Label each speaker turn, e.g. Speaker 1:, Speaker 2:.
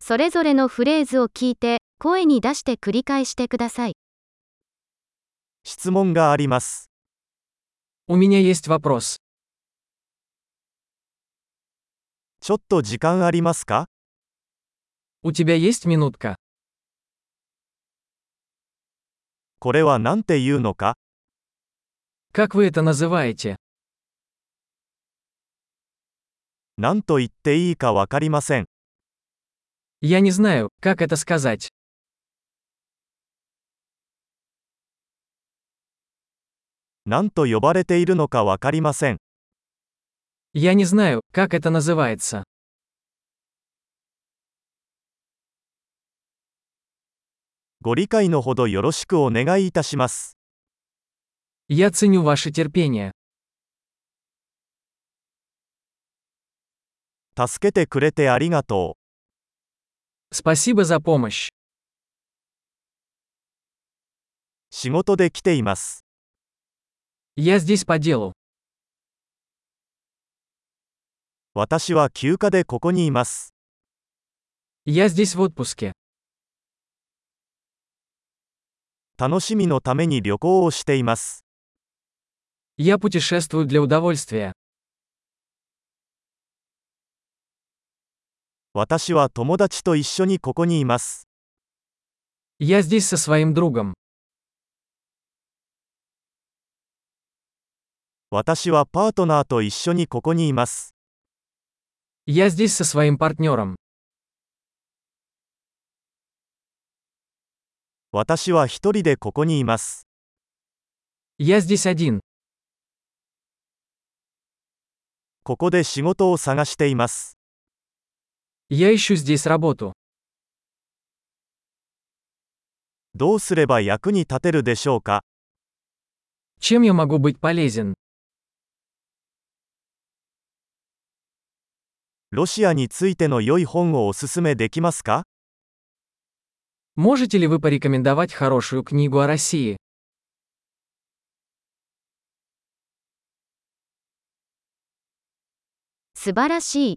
Speaker 1: それぞれのフレーズを聞いて、声に出して繰り返してください。
Speaker 2: 質問があります。
Speaker 3: У меня есть вопрос.
Speaker 2: ちょっと時間ありますか
Speaker 3: У тебя есть минутка?
Speaker 2: これは何て言うのか
Speaker 3: Как вы это называете?
Speaker 2: 何と言っていいかわかりません。
Speaker 3: Я не знаю, как это сказать.
Speaker 2: 何と呼ばれているのかわかりません。
Speaker 3: Я не знаю, как это называется.
Speaker 2: ご理解のほどよろしくお願いいたします。
Speaker 3: Я ценю ваше терпение.
Speaker 2: 助けてくれてありがと
Speaker 3: Спасибо за помощь.
Speaker 2: う。仕事で来ています。
Speaker 3: Я здесь по делу.
Speaker 2: 私は休暇でここにいます。
Speaker 3: Я здесь в отпуске.
Speaker 2: 楽しみのために旅行をしています。
Speaker 3: Я путешествую для удовольствия.
Speaker 2: 私は友達と一緒にここにいます。
Speaker 3: Я здесь со своим другом.
Speaker 2: 私はパートナーと一緒にここにいます。
Speaker 3: Я здесь со своим партнером.
Speaker 2: 私は一人でここにいます。
Speaker 3: Я здесь один.
Speaker 2: ここで仕事を探しています。
Speaker 3: Я ищу здесь работу.
Speaker 2: どうすれば役に立てるでしょうか
Speaker 3: Чем я могу быть полезен?
Speaker 2: ロシアについての良い本をおすすめできますか
Speaker 3: Можете ли вы порекомендовать хорошую книгу о России?
Speaker 1: 素晴らしい。